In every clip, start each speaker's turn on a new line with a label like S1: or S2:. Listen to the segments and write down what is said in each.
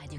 S1: Radio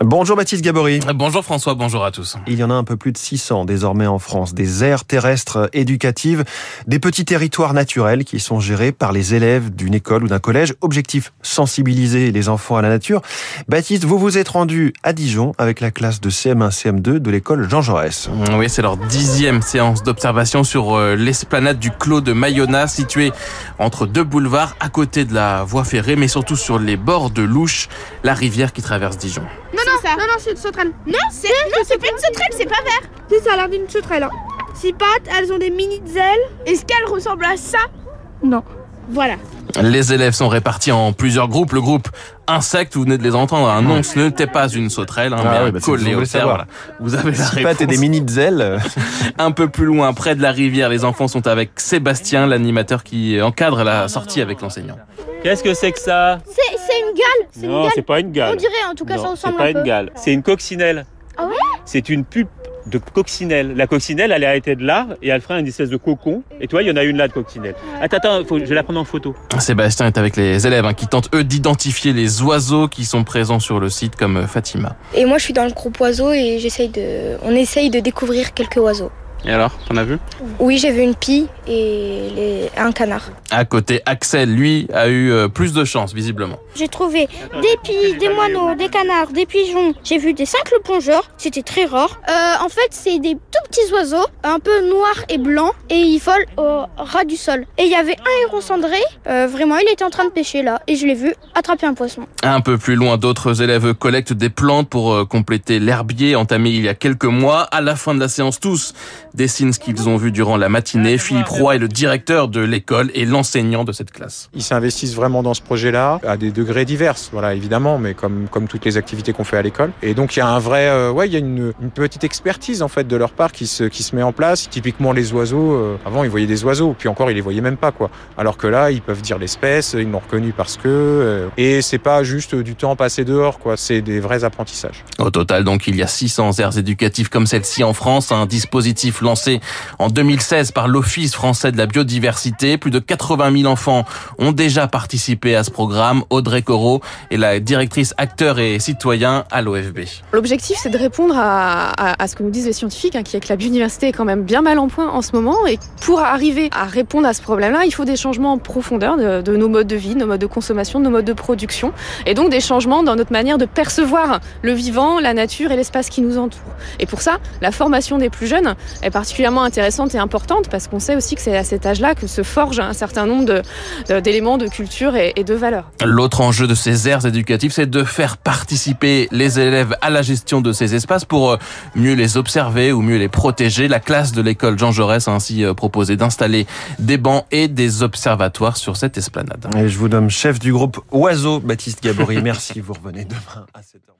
S2: Bonjour Baptiste Gabory.
S3: Bonjour François, bonjour à tous.
S2: Il y en a un peu plus de 600 désormais en France, des aires terrestres éducatives, des petits territoires naturels qui sont gérés par les élèves d'une école ou d'un collège. Objectif, sensibiliser les enfants à la nature. Baptiste, vous vous êtes rendu à Dijon avec la classe de CM1, CM2 de l'école Jean Jaurès.
S3: Mm, Oui, c'est leur dixième séance d'observation sur euh, l'esplanade du Clos de Mayonna, située entre deux boulevards, à côté de la voie ferrée, mais surtout sur les bords de l'Ouche, la rivière qui traverse Dijon.
S4: Non, non, non, non, c'est une sauterelle. Non, c'est pas une sauterelle, c'est pas vert. Si, ça a l'air d'une sauterelle. Hein. Six pattes, elles ont des mini ailes. Est-ce qu'elles ressemblent à ça Non. Voilà.
S3: Les élèves sont répartis en plusieurs groupes. Le groupe insecte, vous venez de les entendre, un non, ce n'était pas une sauterelle, hein,
S2: Ah
S3: mais
S2: oui,
S3: un
S2: bah, si vous voulez
S3: coléoptère.
S2: savoir.
S3: Voilà. Vous avez la
S2: Six pattes et
S3: réponse.
S2: des mini ailes.
S3: Un peu plus loin, près de la rivière, les enfants sont avec Sébastien, l'animateur qui encadre la sortie avec l'enseignant.
S5: Qu'est-ce que c'est que ça
S4: C'est une gale. C'est une
S5: Non, c'est
S4: gale.
S5: pas une
S4: On
S5: gale.
S4: dirait, en tout cas,
S5: Non,
S4: ça
S5: c'est
S4: ressemble
S5: pas
S4: un
S5: une
S4: peu.
S5: gale. C'est une coccinelle.
S4: Ah ouais
S5: C'est une pupe de coccinelle. La coccinelle, elle a été de larve et elle fera une espèce de cocon. Et toi, il y en a une là de coccinelle. Attends, attends, faut- je vais la prendre en photo.
S3: Sébastien est avec les élèves hein, qui tentent eux d'identifier les oiseaux qui sont présents sur le site comme euh, Fatima.
S6: Et moi, je suis dans le groupe oiseaux et j'essaye de, on essaye de découvrir quelques oiseaux.
S3: Et alors, t'en as vu
S6: Oui, j'ai vu une pie et les- un canard.
S3: À côté, Axel, lui, a eu euh, plus de chance visiblement.
S4: J'ai trouvé des pies, des moineaux, des canards, des pigeons. J'ai vu des cinq plongeurs. C'était très rare. Euh, en fait, c'est des tout petits oiseaux, un peu noirs et blancs, et ils volent au ras du sol. Et il y avait un héron cendré. Euh, vraiment, il était en train de pêcher là, et je l'ai vu attraper un poisson.
S3: Un peu plus loin, d'autres élèves collectent des plantes pour euh, compléter l'herbier entamé il y a quelques mois. À la fin de la séance, tous dessinent ce qu'ils ont vu durant la matinée. Philippe Roy est le directeur de l'école et l'enseignant de cette classe.
S7: Ils s'investissent vraiment dans ce projet-là à des degrés divers, voilà évidemment, mais comme comme toutes les activités qu'on fait à l'école. Et donc il y a un vrai, euh, ouais, il y a une, une petite expertise en fait de leur part qui se qui se met en place. Typiquement les oiseaux. euh, avant ils voyaient des oiseaux, puis encore ils les voyaient même pas quoi. Alors que là ils peuvent dire l'espèce, ils l'ont reconnu parce que. euh, et c'est pas juste du temps passé dehors quoi, c'est des vrais apprentissages.
S3: Au total, donc, il y a 600 aires éducatives comme celle-ci en France, un dispositif lancé en 2016 par l'Office français de la biodiversité. Plus de 80 000 enfants ont déjà participé à ce programme. Audrey Corot est la directrice acteurs et citoyens à l'OFB.
S8: L'objectif, c'est de répondre à, à- à ce que nous disent les scientifiques, hein, qui est que la biodiversité est quand même bien mal en point en ce moment. Et pour arriver à répondre à ce problème-là, il faut des changements en profondeur de, de nos modes de vie, de nos modes de consommation, de nos modes de production, et donc des changements dans notre manière de percevoir le vivant, la nature et l'espace qui nous entoure. Et pour ça, la formation des plus jeunes est particulièrement intéressante et importante, parce qu'on sait aussi que c'est à cet âge-là que se forge un certain nombre de- de- d'éléments de, culture et- et de valeurs.
S3: L'autre enjeu de ces aires éducatives, c'est de faire participer les élèves à la gestion de ces espaces pour euh, mieux les observer ou mieux les protéger. La classe de l'école Jean Jaurès a ainsi euh, proposé d'installer des bancs et des observatoires sur cette esplanade.
S2: Et je vous nomme chef du groupe Oiseaux, Baptiste Gabory. Merci, vous revenez demain à 7h.